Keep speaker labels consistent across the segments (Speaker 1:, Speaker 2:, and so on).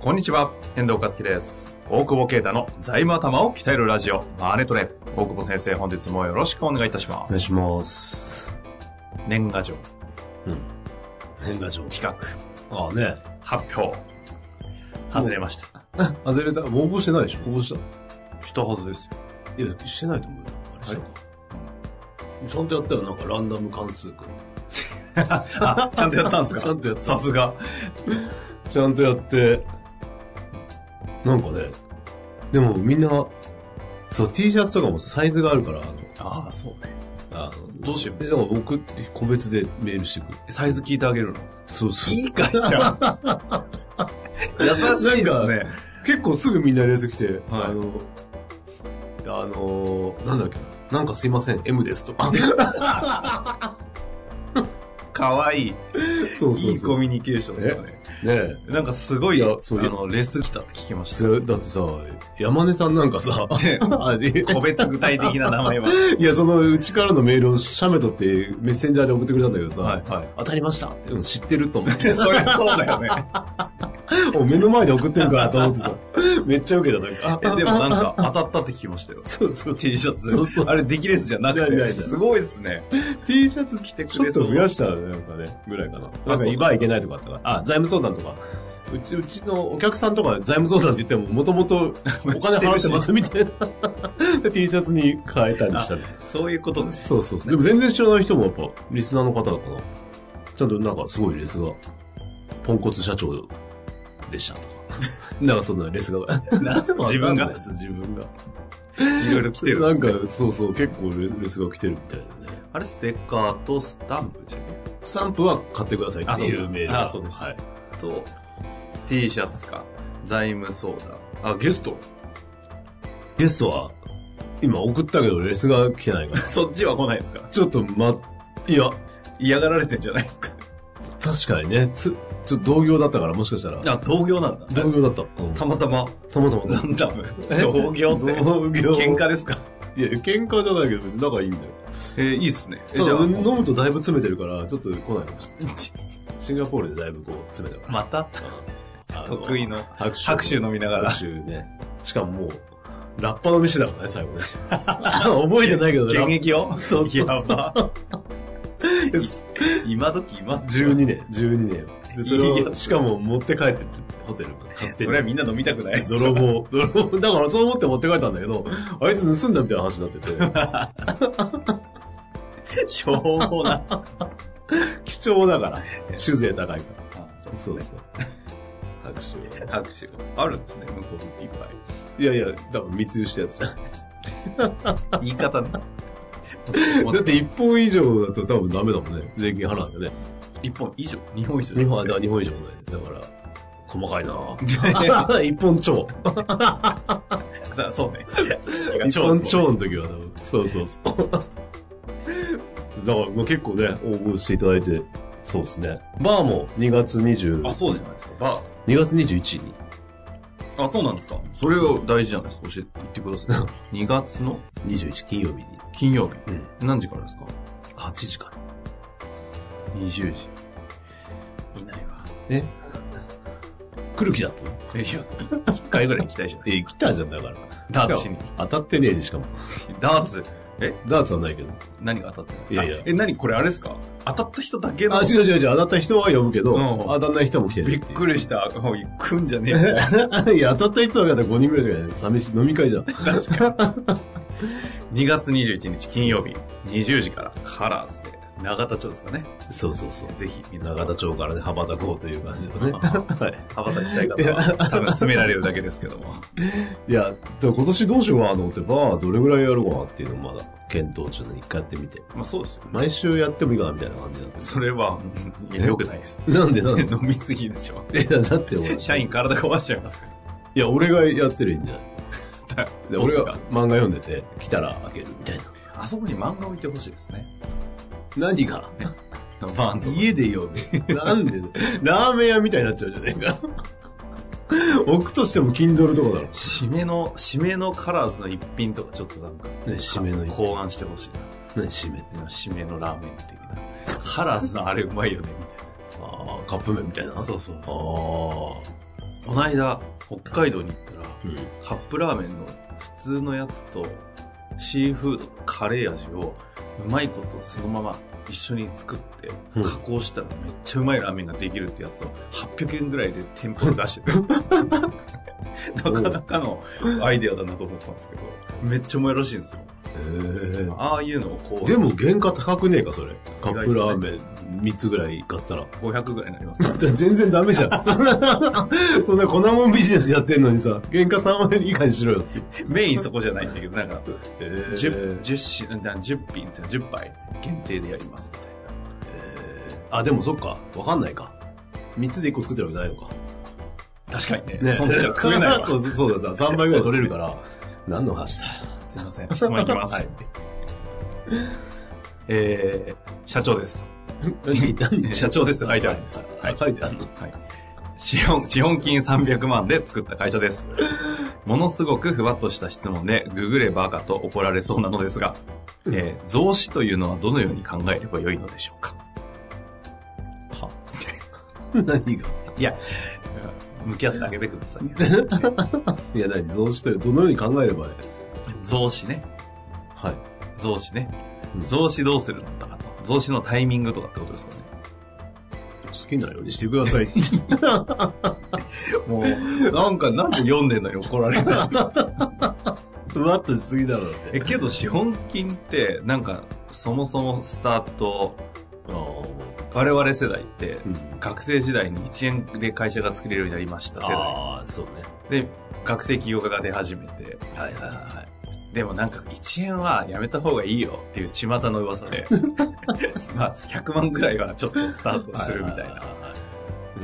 Speaker 1: こんにちは、遠藤和樹です。大久保啓太の財務頭を鍛えるラジオ、マネトレ。大久保先生、本日もよろしくお願いいたしま
Speaker 2: お
Speaker 1: す。
Speaker 2: 願いします。
Speaker 1: 年賀状、
Speaker 2: うん。年賀状。
Speaker 1: 企画、
Speaker 2: ああね。
Speaker 1: 発表。外れました。
Speaker 2: 外れた。もう応募してないでしょ応募した。
Speaker 1: 人はずですよ。
Speaker 2: いや、してないと思うよ。あれしたか。ちゃんとやったよ。なんかランダム関数くん。
Speaker 1: あ、ちゃんとやったんですか
Speaker 2: ちゃんとやった
Speaker 1: さすが。
Speaker 2: ちゃんとやって、なんかね、でもみんな、そう、T シャツとかもさサイズがあるから、
Speaker 1: ああ、そうね。
Speaker 2: あの、あの
Speaker 1: どうしよう
Speaker 2: えだから僕、個別でメールしてくる。
Speaker 1: サイズ聞いてあげるの
Speaker 2: そうそう。
Speaker 1: いい会社。 優しいですね。
Speaker 2: 結構すぐみんな連絡来て、
Speaker 1: はい
Speaker 2: あの、あのー、なんだっけな、なんかすいません、M ですとか。
Speaker 1: かわいい。
Speaker 2: そ
Speaker 1: いいコミュニケーションですね。
Speaker 2: ねえ。
Speaker 1: なんかすごい、
Speaker 2: い
Speaker 1: あ
Speaker 2: やそういや
Speaker 1: の、レス来たって聞きまし
Speaker 2: それだってさ、山根さんなんかさ、
Speaker 1: ね
Speaker 2: あい
Speaker 1: た。個別具体的な名 前は。
Speaker 2: いや、そのうちからのメールをシャメとってメッセンジャーで送ってくれたんだけどさ、
Speaker 1: はい、はい。
Speaker 2: 当たりましたってうん知ってると思っ て、
Speaker 1: そりゃそうだよね。
Speaker 2: お目の前で送ってるからと思ってさ、 めっちゃ受けた、なん か。
Speaker 1: え、でもなんか当たったって聞きましたよ。
Speaker 2: そうそう。
Speaker 1: T シャツ。
Speaker 2: そうそう
Speaker 1: あれ、出来レースじゃなく
Speaker 2: ないないな
Speaker 1: て。
Speaker 2: い
Speaker 1: すごいですね。
Speaker 2: T シャツ着て
Speaker 1: くれ
Speaker 2: ち
Speaker 1: そう
Speaker 2: ょっと増やしたらね、なんかね、ぐらいかな。なんか
Speaker 1: そう
Speaker 2: 今はいけないとかあったから。あ、財務相談とか。うち、うちのお客さんとか財務相談って言っても、もともとお金払ってますみたいな。で T シャツに変えたりしたり。
Speaker 1: そういうこと です。
Speaker 2: そうそうそう。でも全然知らない人もやっぱ、リスナーの方だから、ちゃんとなんかすごいレスが、ポンコツ社長でしたとか。 なんかそんなレ スが、
Speaker 1: な自分
Speaker 2: わかん
Speaker 1: が
Speaker 2: ない、やつ自分が。
Speaker 1: いろいろ来てるん
Speaker 2: な
Speaker 1: で
Speaker 2: ん
Speaker 1: すね。
Speaker 2: か、そうそう、結構レレスが来てるみたいなね。
Speaker 1: あれ、ステッカーとスタンプじゃね
Speaker 2: スタンプは買ってくださいっていうメールが
Speaker 1: あそうですあそうです
Speaker 2: はい。
Speaker 1: と、T シャツか。財務相談。あ、ゲスト。
Speaker 2: ゲストは、今送ったけどレスが来てない から。
Speaker 1: そっちは来ないですか
Speaker 2: ちょっとま、いや、
Speaker 1: 嫌がられてんじゃないですか。
Speaker 2: 確かにね、つ、ちょっと同業だったからもしかしたら。
Speaker 1: あ、同業なんだ。
Speaker 2: 同業だった。うん
Speaker 1: たまたま、
Speaker 2: たまたま
Speaker 1: ランダム。同業って。
Speaker 2: 同業
Speaker 1: 喧嘩ですか
Speaker 2: いや、喧嘩じゃないけど別に仲いいんだよ。
Speaker 1: えー、いいっすね。え
Speaker 2: ただ
Speaker 1: じゃあ、
Speaker 2: 飲むとだいぶ詰めてるから、ちょっと来ないかもしれない。シンガポールでだいぶこう詰めたから。
Speaker 1: また
Speaker 2: あの
Speaker 1: 得意の
Speaker 2: 拍手。
Speaker 1: 拍手飲みなが ら
Speaker 2: 拍。手ね。しかももう、ラッパの飯だからね、最後ね。 覚えてないけどね。ラ
Speaker 1: 現
Speaker 2: ッ
Speaker 1: 役を
Speaker 2: そうそう
Speaker 1: や ば。今時います
Speaker 2: 12年、12年。でそれ
Speaker 1: いいや
Speaker 2: を
Speaker 1: つ
Speaker 2: しかも持って帰ってるホテルから勝手
Speaker 1: そ
Speaker 2: に
Speaker 1: れはみんな飲みたくない。
Speaker 2: 泥棒、泥棒。だからそう思って持って帰ったんだけど、あいつ盗んだみたいな話になって て、
Speaker 1: しょうもな。
Speaker 2: 貴重だから、酒税高いから。
Speaker 1: そ
Speaker 2: そうう
Speaker 1: です
Speaker 2: そう。拍手。
Speaker 1: 拍手があるんですね、向こうにいっぱ
Speaker 2: いやいや、多分密輸したやつじゃん。
Speaker 1: い。言い方ね。
Speaker 2: だって1本以上だと多分ダメだもんね。税金払うんだよね。
Speaker 1: 一本以上、二本以上。
Speaker 2: 日本は、だから日本以上もね。だから、細かいな
Speaker 1: 本。
Speaker 2: ぁ。 一本超。
Speaker 1: そうね。
Speaker 2: 一本
Speaker 1: 超。
Speaker 2: 超の時は多分。そうそうそう。 だから、まあ、結構ね、応募していただいて、そうですね。バーも2月20、
Speaker 1: あ、
Speaker 2: 2
Speaker 1: そうじゃないですか。バ
Speaker 2: 月21日に。
Speaker 1: ー。あ、そうなんですか。それが大事じゃないですか。教えて、言ってください。2月の
Speaker 2: 21金曜日に。
Speaker 1: 金曜日。
Speaker 2: うん。
Speaker 1: 何時からですか
Speaker 2: 8時から。
Speaker 1: ?20 時。いないわ。
Speaker 2: え 来る気だったの
Speaker 1: え、いや、1回ぐらい行きたいじゃない
Speaker 2: え、来たじゃん、だから。
Speaker 1: ダーツしに。
Speaker 2: 当たってねえし、しかも。
Speaker 1: ダーツ、
Speaker 2: ダーツはないけど。
Speaker 1: 何が当たってる
Speaker 2: いやいや
Speaker 1: え、何これあれですか当たった人だけの。
Speaker 2: あ、違う違う違う。当たった人は呼ぶけど、
Speaker 1: うん
Speaker 2: 当たんない人も来てる
Speaker 1: びって
Speaker 2: いう
Speaker 1: くりした。もう行くんじゃねえよ。
Speaker 2: いや、当たった人だから5人ぐらいしかいない。寂しい。飲み会じゃん。
Speaker 1: 確かに。2月21日金曜日、20時からカラーズで、永田町ですかね。
Speaker 2: そうそうそう。
Speaker 1: ぜひ、皆さん
Speaker 2: 長田町からね、羽ばたこうという感じだね。 はい。
Speaker 1: 羽ばたきたい方は、多分詰められるだけですけども。
Speaker 2: いや、でも今年どうしようかなと思って、バーどれぐらいやろうかなっていうのをまだ検討中で一回やってみて。
Speaker 1: まあそうですよ。
Speaker 2: 毎週やってもいいかなみたいな感じになってる
Speaker 1: それは、い や良くないです。
Speaker 2: なんでなんで
Speaker 1: 飲みすぎでしょ。
Speaker 2: いやだって俺。
Speaker 1: 社員体壊しちゃいますか
Speaker 2: いや、俺がやってるんじゃ ない
Speaker 1: ら。
Speaker 2: で
Speaker 1: ボス
Speaker 2: 俺
Speaker 1: が
Speaker 2: が漫画読んでて、来たら開けるみたいな。
Speaker 1: あそこに漫画置いてほしいですね。
Speaker 2: 何が
Speaker 1: バーンと。
Speaker 2: 家で読め。なんでラーメン屋みたいになっちゃうじゃねえか。置くとしても Kindle とかだろ。
Speaker 1: 締めの、締めのカラーズの一品とかちょっとなんか、
Speaker 2: 何締めの一
Speaker 1: 考案してほしい
Speaker 2: 何締めって。
Speaker 1: な。締めのラーメン的な。カラーズのあれうまいよね、みたい
Speaker 2: ああ、カップ麺みたいな。
Speaker 1: な。そうそう
Speaker 2: あ
Speaker 1: そ
Speaker 2: あ。
Speaker 1: う。この間、北海道に行ったら、
Speaker 2: うん。
Speaker 1: カップラーメンの普通のやつと、シーフード、カレー味を、うまいことそのまま一緒に作って、
Speaker 2: うん
Speaker 1: 加工したらめっちゃうまいラーメンができるってやつを、800円ぐらいで店舗で出して る。なかなかのアイデアだなと思ったんですけど、めっちゃうまいらしいんですよ。
Speaker 2: え
Speaker 1: ああいうのをこう、
Speaker 2: でも原価高くねえか、それ。カップラーメン3つぐらい買ったら。
Speaker 1: 500ぐらいになります。
Speaker 2: 全然ダメじゃん。そ んな、そんな粉もんビジネスやってんのにさ、原価3万円以下にしろよ。
Speaker 1: メインそこじゃないんだけど、なんか、
Speaker 2: え
Speaker 1: 10, 10品、なん10品って10杯限定でやりますみたいな。
Speaker 2: あ、でもそっか。わかんないか。3つで1個作ってるわけないのか。
Speaker 1: 確かにね。
Speaker 2: ね
Speaker 1: そんなじゃ食えない わ
Speaker 2: そ。うそうださ、3倍ぐらい取れるから。何の話だ
Speaker 1: すいません。質問いきます。えー、社長です。
Speaker 2: 何
Speaker 1: 社長です。書いてあるんです。
Speaker 2: はい、書いてあるの。
Speaker 1: はい。資本、資本金300万で作った会社です。ものすごくふわっとした質問で、ググればかと怒られそうなのですが、えー、増資というのはどのように考えればよいのでしょうか
Speaker 2: は何が
Speaker 1: いや、向き合ってあげてくださ い。
Speaker 2: いや、何増資という、どのように考えればね。
Speaker 1: 増資ね。
Speaker 2: はい。
Speaker 1: 増資ね
Speaker 2: う。ん
Speaker 1: 増資どうするのかと。増資のタイミングとかってことですよね。
Speaker 2: 好きなようにしてください。
Speaker 1: もう、なんか、なんで読んでんのに怒られた。
Speaker 2: ふわっとしすぎだろ、だって
Speaker 1: え、。けど資本金って、なんか、そもそもスタート、
Speaker 2: ああ。
Speaker 1: 我々世代って、
Speaker 2: うん。
Speaker 1: 学生時代に1円で会社が作れるようになりました世代。
Speaker 2: ああ、そうね。
Speaker 1: で、学生起業家が出始めて、
Speaker 2: はいはいはい。
Speaker 1: でもなんか1円はやめた方がいいよっていう巷の噂 で、まあ100万ぐらいはちょっとスタートするみたいな。
Speaker 2: な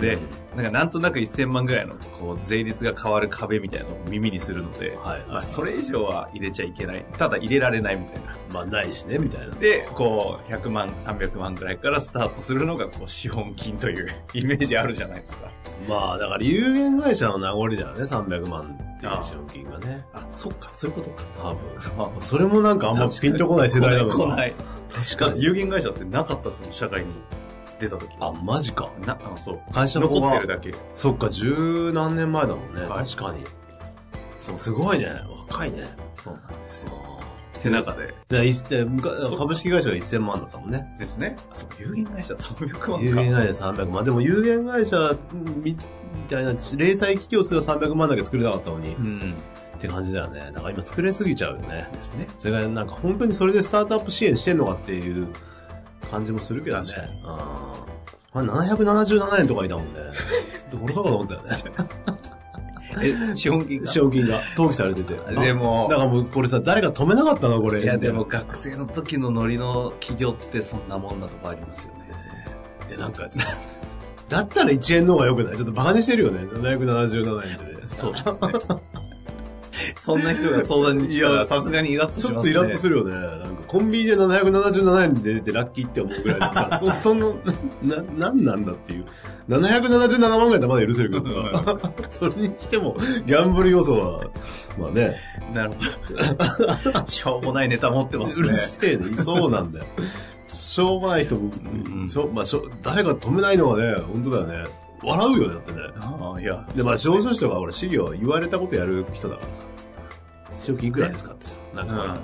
Speaker 1: で
Speaker 2: で、、
Speaker 1: なんかなんとなく1000万ぐらいのこう税率が変わる壁みたいなのを耳にするので、
Speaker 2: はい
Speaker 1: ま
Speaker 2: は
Speaker 1: あ
Speaker 2: い。
Speaker 1: それ以上は入れちゃいけない。ただ入れられないみたいな。
Speaker 2: まあないしね、みたいな。
Speaker 1: で、こう、100万、300万ぐらいからスタートするのが、こう、資本金という イメージあるじゃないですか。
Speaker 2: まあ、だから有限会社の名残だよね、300万っていう
Speaker 1: ああ
Speaker 2: 資本金がね。
Speaker 1: あ、そっか、そういうことか。
Speaker 2: 多分。
Speaker 1: まあ
Speaker 2: それもなんかあんまピンとこない世代だもん
Speaker 1: 来ない。
Speaker 2: 確
Speaker 1: だ
Speaker 2: か
Speaker 1: って
Speaker 2: に。
Speaker 1: 有限会社ってなかったその社会に出た時。
Speaker 2: あ、マジか。
Speaker 1: な、あそう。
Speaker 2: 会社の子
Speaker 1: 残っ
Speaker 2: が
Speaker 1: てる、だけ。
Speaker 2: そっか、十何年前だもんね。
Speaker 1: はい
Speaker 2: 確かに。
Speaker 1: そう
Speaker 2: すごいね。若いね。
Speaker 1: そうなんです
Speaker 2: あ
Speaker 1: よ。
Speaker 2: あ
Speaker 1: って中で
Speaker 2: だからいっせん昔
Speaker 1: そう
Speaker 2: 株式会社が1000万だったもんね。
Speaker 1: ですね。あそう、有限会社300万か。
Speaker 2: 有限会社300万。でも有限会社みみたいな、零細企業すら300万だけ作れなかったのに、っ
Speaker 1: うん。
Speaker 2: て感じだよね。だから今作れすぎちゃうよね。
Speaker 1: ですね。
Speaker 2: それがなんか本当にそれでスタートアップ支援してんのかっていう感じもするけどね
Speaker 1: 確かに。
Speaker 2: うん。まあ、777円とかいたもんね。 殺そうかと思ったよね。
Speaker 1: え、 資 本金か。
Speaker 2: 賞金が登記されてて。
Speaker 1: で
Speaker 2: あ
Speaker 1: も
Speaker 2: だ、からもうこれさ、誰が止めなかったのこれ。
Speaker 1: いやでも。学生の時のノリの企業ってそんなもんなとこありますよね。
Speaker 2: え、なんかさ、だったら1円の方が良くないちょっとバカにしてるよね。777円で、ね。
Speaker 1: そうですね。そんな人が相談に来た
Speaker 2: い
Speaker 1: ら
Speaker 2: や
Speaker 1: さすがにイラッと
Speaker 2: ち
Speaker 1: し
Speaker 2: ょ
Speaker 1: ま
Speaker 2: っ
Speaker 1: す
Speaker 2: と
Speaker 1: ね。
Speaker 2: イラッとするよね。なんか、コンビニで777円で出てラッキーって思うぐらいだから、 そその、な、なんなんだっていう。777万ぐらいでまだ許せるけどさ、 それにしても、ギャンブル要素は、まあね、
Speaker 1: なるほど。 しょうもないネタ持ってます
Speaker 2: う
Speaker 1: ね
Speaker 2: る。せえね、そうなんだよ。しょうがない人も、
Speaker 1: うん
Speaker 2: しょまあ、しょ誰が止めないのはね、本当だよね。笑うよね、だってね。
Speaker 1: ああ、いや。
Speaker 2: で、まあ、少女誌とか、俺、資料言われたことやる人だからさ、初期いくらですかってさ、な
Speaker 1: う
Speaker 2: ん
Speaker 1: ん。
Speaker 2: か、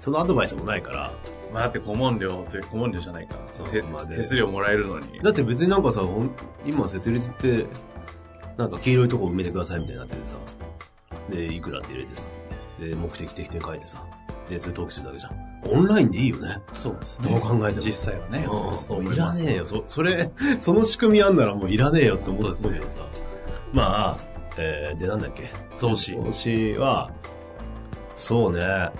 Speaker 2: そのアドバイスもないから、
Speaker 1: まあだって顧問料という、顧問料じゃないか。
Speaker 2: そう
Speaker 1: 手
Speaker 2: まあね
Speaker 1: 手数料もらえるのに。
Speaker 2: だって別になんかさ、ほん今設立って、なんか黄色いとこ埋めてくださいみたいになっててさ、で、いくらって入れてさ、で、目的的って書いてさ、で、それ登記するだけじゃん。オンラインでいいよね。
Speaker 1: そうです
Speaker 2: どう考えても。
Speaker 1: 実際はね。
Speaker 2: そ
Speaker 1: そう
Speaker 2: う
Speaker 1: 思
Speaker 2: い
Speaker 1: い
Speaker 2: ら
Speaker 1: ま
Speaker 2: ね
Speaker 1: す
Speaker 2: えよ。そ、 それ、その仕組みあんならもういらねえよって思ったんだけどさ。まあ、えー、で、なんだっけ。
Speaker 1: 増資。
Speaker 2: 増資は、そうね、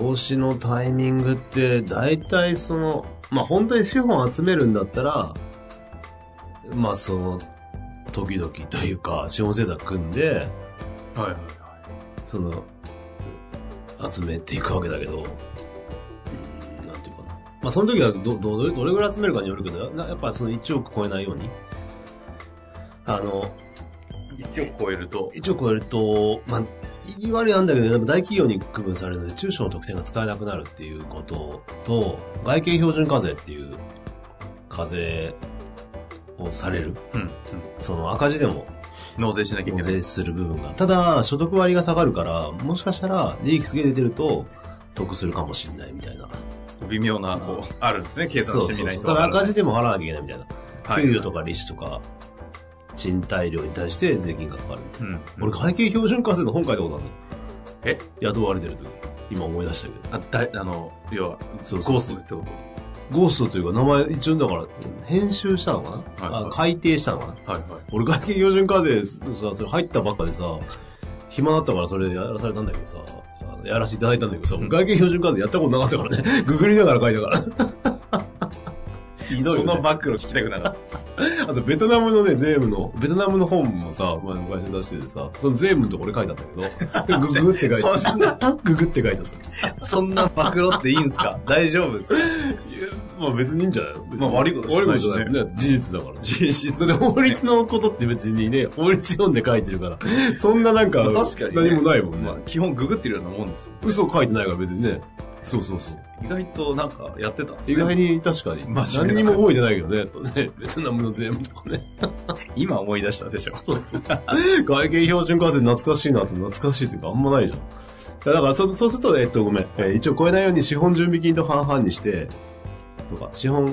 Speaker 2: 増資のタイミングって、大体その、まあ本当に資本集めるんだったら、まあその、時々というか、資本政策組んで、
Speaker 1: はいはい
Speaker 2: その、集めていくわけだけど、うーんなんていうかな。まあ、その時はど、ど、どれどれぐらい集めるかによるけど、なやっぱその1億超えないように。あの、
Speaker 1: はい。1億超えると、
Speaker 2: 1億超えると、まあ、言い悪いなんだけど、やっぱ大企業に区分されるので、中小の特典が使えなくなるっていうことと、外見標準課税っていう課税をされる。
Speaker 1: うんうん
Speaker 2: その赤字でも
Speaker 1: 納税しなきゃい
Speaker 2: 納
Speaker 1: けない。
Speaker 2: 税する部分が。ただ、所得割が下がるから、もしかしたら利益すげえ出てると、得するかもしれないみたいな。
Speaker 1: 微妙な、こう、あるんですね。計算してみないと。
Speaker 2: そうそうそうただ赤字でも払わなきゃいけないみたいな。
Speaker 1: はい
Speaker 2: 給与とか利子とか、賃貸料に対して税金がかかるみたい
Speaker 1: うん。
Speaker 2: な。俺、会計標準化税の本書いたことあるの
Speaker 1: え
Speaker 2: 雇われてる時今思い出したけど。
Speaker 1: あ、だい、あの、要は、
Speaker 2: そうそう
Speaker 1: ゴーストでってこ
Speaker 2: ゴーストというか名前一応だから、編集したのかな、
Speaker 1: はいはい
Speaker 2: あ改定したのかな
Speaker 1: とはいはい。
Speaker 2: 俺外見標準課税さ、それ入ったばっかでさ、暇だったからそれやらされたんだけどさ、あのやらせていただいたんだけどさ、
Speaker 1: ん
Speaker 2: 外見標準課税やったことなかったからね、 ググりながら書いたから。ひど
Speaker 1: そ
Speaker 2: いよ、ね
Speaker 1: の。バックの聞きたくなかっ
Speaker 2: あと、ベトナムのね、税務の、ベトナムの本もさ、前の会社に出しててさ、その税務のとこ俺書いたんだけ ど、ググって書いた。
Speaker 1: そんな
Speaker 2: ググって書いた、それ。
Speaker 1: た。そんな暴露っていいんすか大丈夫ですか
Speaker 2: まあ別にいいんじゃないの
Speaker 1: まあ悪いことしてないしね
Speaker 2: 悪いことじゃない。事実だから。
Speaker 1: 実質
Speaker 2: だって法律のことって別にね、法律読んで書いてるから、そんななんか、
Speaker 1: まあ確かにね
Speaker 2: 何もないもんね
Speaker 1: まあ。基本ググってるようなもんですよ。
Speaker 2: 嘘書いてないから別にね。そうそうそう。
Speaker 1: 意外となんかやってたんですね
Speaker 2: 意外に確かに。
Speaker 1: 真面目
Speaker 2: 何に
Speaker 1: な
Speaker 2: も覚えてないけどね。そうね。ベトナムの税務とかね。
Speaker 1: 今思い出したでしょ。そうそう。
Speaker 2: 外見標準課税懐かしいなと懐かしいというかあんまないじゃん。だからそ、そうすると、えっと、ごめん。えー一応超えないように資本準備金と半々にして、とか、資本、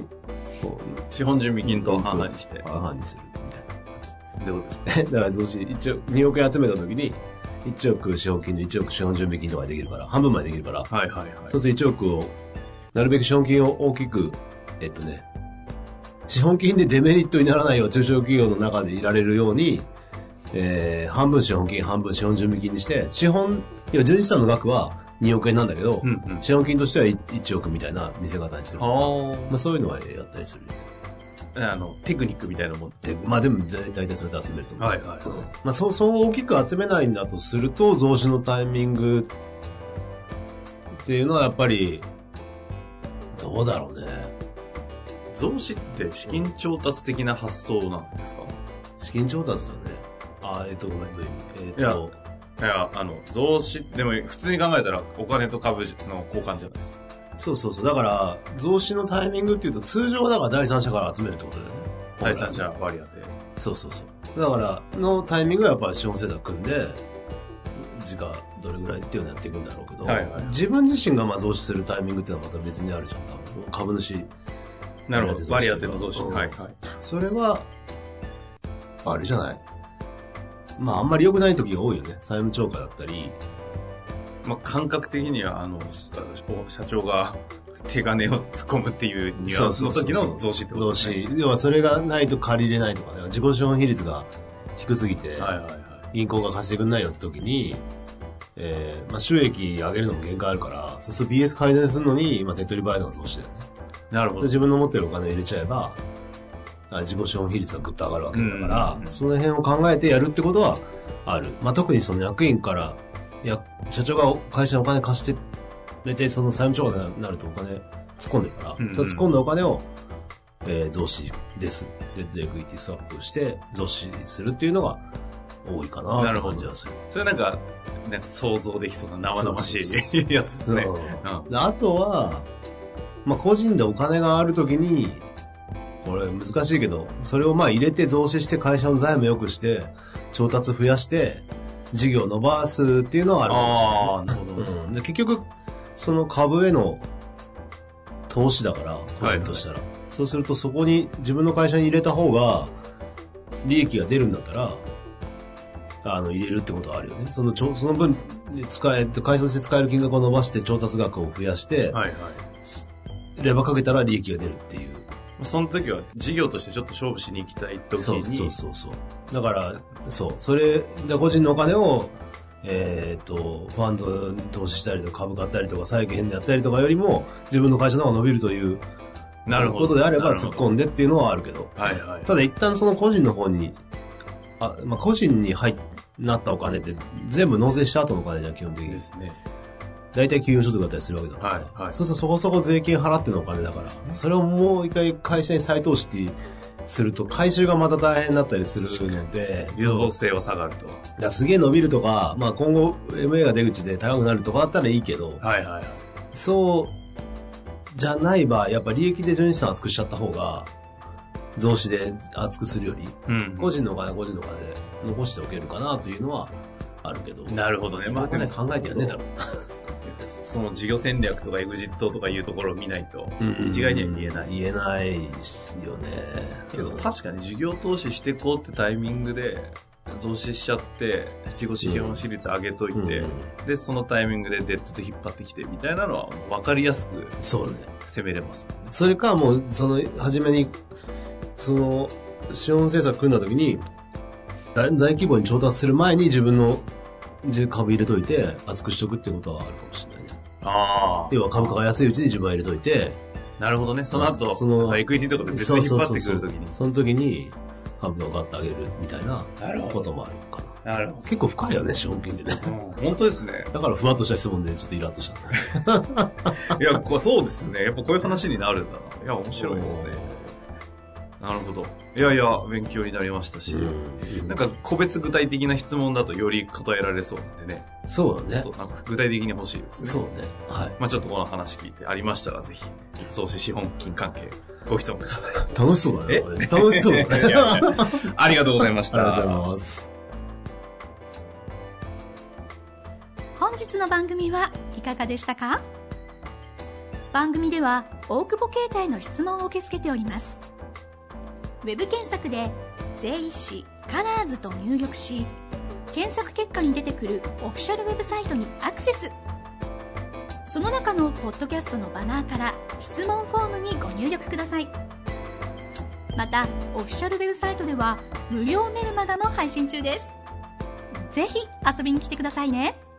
Speaker 2: こう
Speaker 1: 資本準備金と半々にして。
Speaker 2: 半々にするみたいな。
Speaker 1: ってことですね。
Speaker 2: だから増資、一応、2億円集めた時に、1億資本金の1億資本準備金とかできるから、半分までできるから、
Speaker 1: はいはいはい
Speaker 2: そう。すると1億を、なるべく資本金を大きく、えっとね、資本金でデメリットにならないよう中小企業の中でいられるように、えー、半分資本金、半分資本準備金にして、資本、いや、純資産の額は2億円なんだけど、
Speaker 1: うんうん。
Speaker 2: 資本金としては 1, 億みたいな見せ方にするから。
Speaker 1: あ
Speaker 2: まあそういうのはやったりする。
Speaker 1: あ。あの、テクニックみたいなもんで
Speaker 2: でまあでもだ大体それで集めると思う。
Speaker 1: はいはいはい
Speaker 2: まあそう、そう大きく集めないんだとすると、増資のタイミングっていうのはやっぱり、どうだろうね。
Speaker 1: 増資って資金調達的な発想なんですか
Speaker 2: 資金調達だね。あ、えっ、と、ごめん、どういう意味えっ、
Speaker 1: いや
Speaker 2: と、
Speaker 1: いや、あの、増資、でも普通に考えたらお金と株の交換じゃないですか。
Speaker 2: そうそうそう。だから、増資のタイミングっていうと、通常はだから第三者から集めるってことだよね。
Speaker 1: 第三者割り
Speaker 2: そうそうそう。だから、のタイミングはやっぱり資本政策組んで、時価どれぐらいっていうのやっていくんだろうけど、
Speaker 1: はいはい
Speaker 2: 自分自身がまあ増資するタイミングっていうのはまた別にあるじゃん。多分株主。
Speaker 1: 当て。なるほど。割
Speaker 2: 割
Speaker 1: り当て
Speaker 2: り当て
Speaker 1: の
Speaker 2: の
Speaker 1: 増
Speaker 2: 増
Speaker 1: 資。
Speaker 2: 資
Speaker 1: は
Speaker 2: はいい
Speaker 1: はい。
Speaker 2: それは、あれじゃないまああんまり良くない時が多いよね。債務超過だったり、
Speaker 1: まあ、感覚的には、あの、お社長が手金を突っ込むっていうニュアンスの時の増資ってこと
Speaker 2: 増
Speaker 1: ですね。
Speaker 2: 資。要はそれがないと借りれないとか、ね、自己資本比率が低すぎて、
Speaker 1: はいはいは
Speaker 2: 銀行が貸してくんないよって時に、えーまあ、収益上げるのも限界あるから、そうすると BS 改善するのに、今手っ取り早いのが増資だよね。
Speaker 1: い。なるほ
Speaker 2: で
Speaker 1: ど。
Speaker 2: 自分の持ってるお金を入れちゃえば、あ自己資本比率がぐっと上がるわけだか
Speaker 1: うんうん
Speaker 2: ら
Speaker 1: う、ん
Speaker 2: その辺を考えてやるってことはある。まあ、特にその役員から、や社長が会社にお金貸してくれて、その債務超過になるとお金突っ込んでるから、
Speaker 1: うんうん
Speaker 2: その突っ込んだお金を、えー増資です。で、デクイティスワップして増資するっていうのが多いかな
Speaker 1: な
Speaker 2: っ
Speaker 1: る
Speaker 2: て
Speaker 1: ほど
Speaker 2: 感じはする。
Speaker 1: それなんか、なんか想像できそうな生々し
Speaker 2: そうそう
Speaker 1: いやつですね。
Speaker 2: うんであとは、まあ、個人でお金があるときに、これ難しいけど、それをまあ入れて増資して会社の財務良くして、調達増やして、事業を伸ばすっていうのはあるかもしれないね
Speaker 1: ああ、なるほど。
Speaker 2: うん、で結局、その株への投資だから、個人としたら。そうすると、そこに自分の会社に入れた方が、利益が出るんだったら、あの、入れるってことはあるよね。そのちょ、その分、使え、解散して使える金額を伸ばして調達額を増やして、
Speaker 1: はいはい。
Speaker 2: レバーかけたら利益が出るっていう。
Speaker 1: その時は事業としてちょっと勝負しに行きたい時に。
Speaker 2: そうそうそうそう。だから、そう。それで個人のお金を、えーっと、ファンドに投資したりとか株買ったりとか債券変でやったりとかよりも、自分の会社の方が伸びるという
Speaker 1: なるほど。
Speaker 2: ことであれば突
Speaker 1: ん
Speaker 2: っ込んでっていうのはあるけど。
Speaker 1: はいはい。
Speaker 2: ただ一旦その個人の方に、あまあ、個人に入っなったお金って全部納税した後のお金じゃん基本的
Speaker 1: で
Speaker 2: に。
Speaker 1: すね。
Speaker 2: 大体給与所得だったりするわけだから。
Speaker 1: はいはい
Speaker 2: そうするとそこそこ税金払ってのお金だから。それをもう一回会社に再投資すると回収がまた大変だったりするので、
Speaker 1: 流動性は下がると。
Speaker 2: だからすげえ伸びるとか、まあ今後 MA が出口で高くなるとかだったらいいけど、
Speaker 1: はいはいはい。
Speaker 2: そうじゃない場合、やっぱ利益で純資産厚くしちゃった方が、増資で厚くするより、
Speaker 1: うん
Speaker 2: 個人のお金は個人のお金で残しておけるかなというのはあるけど。
Speaker 1: なるほどね
Speaker 2: そこはね、
Speaker 1: まあ
Speaker 2: 考えてやんねえだろ。
Speaker 1: その事業戦略とかエグジットとかいうところを見ないと。一概には言えない
Speaker 2: 言えないよね。
Speaker 1: けど確かに事業投資してこうってタイミングで増資しちゃって、自己指標の比率上げといて、
Speaker 2: うん
Speaker 1: で、そのタイミングでデッドで引っ張ってきてみたいなのは分かりやすく
Speaker 2: そうね。
Speaker 1: 攻めれますもんね。
Speaker 2: それか、もう、その、初めに、その、資本政策組んだ時に、大大規模に調達する前に自分の自株入れといて、厚くしとくっていうことはあるかもしれないね。
Speaker 1: あ
Speaker 2: 要は株価が安いうちに自分は入れといて、
Speaker 1: あ。なるほどね。その後、
Speaker 2: その
Speaker 1: そのエクイティとかで別
Speaker 2: そ
Speaker 1: に
Speaker 2: う
Speaker 1: 引
Speaker 2: そ
Speaker 1: っ
Speaker 2: う
Speaker 1: 張っ
Speaker 2: そう
Speaker 1: てく
Speaker 2: そう
Speaker 1: るときに。
Speaker 2: その時に株価を買ってあげるみたいなこともあるかな。
Speaker 1: なるほ
Speaker 2: 結構深いよね、資本金ってね。
Speaker 1: ど。本当です ね。
Speaker 2: だからふわっとした質問でちょっとイラッとした。
Speaker 1: いや、こそうですね。やっぱこういう話になるんだな。いや、面白いですね。なるほど。いやいや、勉強になりましたし。
Speaker 2: うん。
Speaker 1: なんか個別具体的な質問だとより答えられそうなんでね。
Speaker 2: そう
Speaker 1: ちょ
Speaker 2: だ
Speaker 1: っ
Speaker 2: ね
Speaker 1: と。なんか具体的に欲しいですね。
Speaker 2: そう。ね。はい。
Speaker 1: まあちょっとこの話聞いてありましたらぜひ、創始資本金関係ご質問ください。
Speaker 2: 楽しそうだね。これ楽しそうだね。
Speaker 1: いやいやありがとうございました。
Speaker 2: ありがとうございます。
Speaker 3: 本日の番組はいかがでしたか番組では大久保携帯の質問を受け付けておりますウェブ検索で「税理士カラーズと入力し検索結果に出てくるオフィシャルウェブサイトにアクセスその中のポッドキャストのバナーから質問フォームにご入力くださいまたオフィシャルウェブサイトでは無料メルマガも配信中ですぜひ遊びに来てくださいね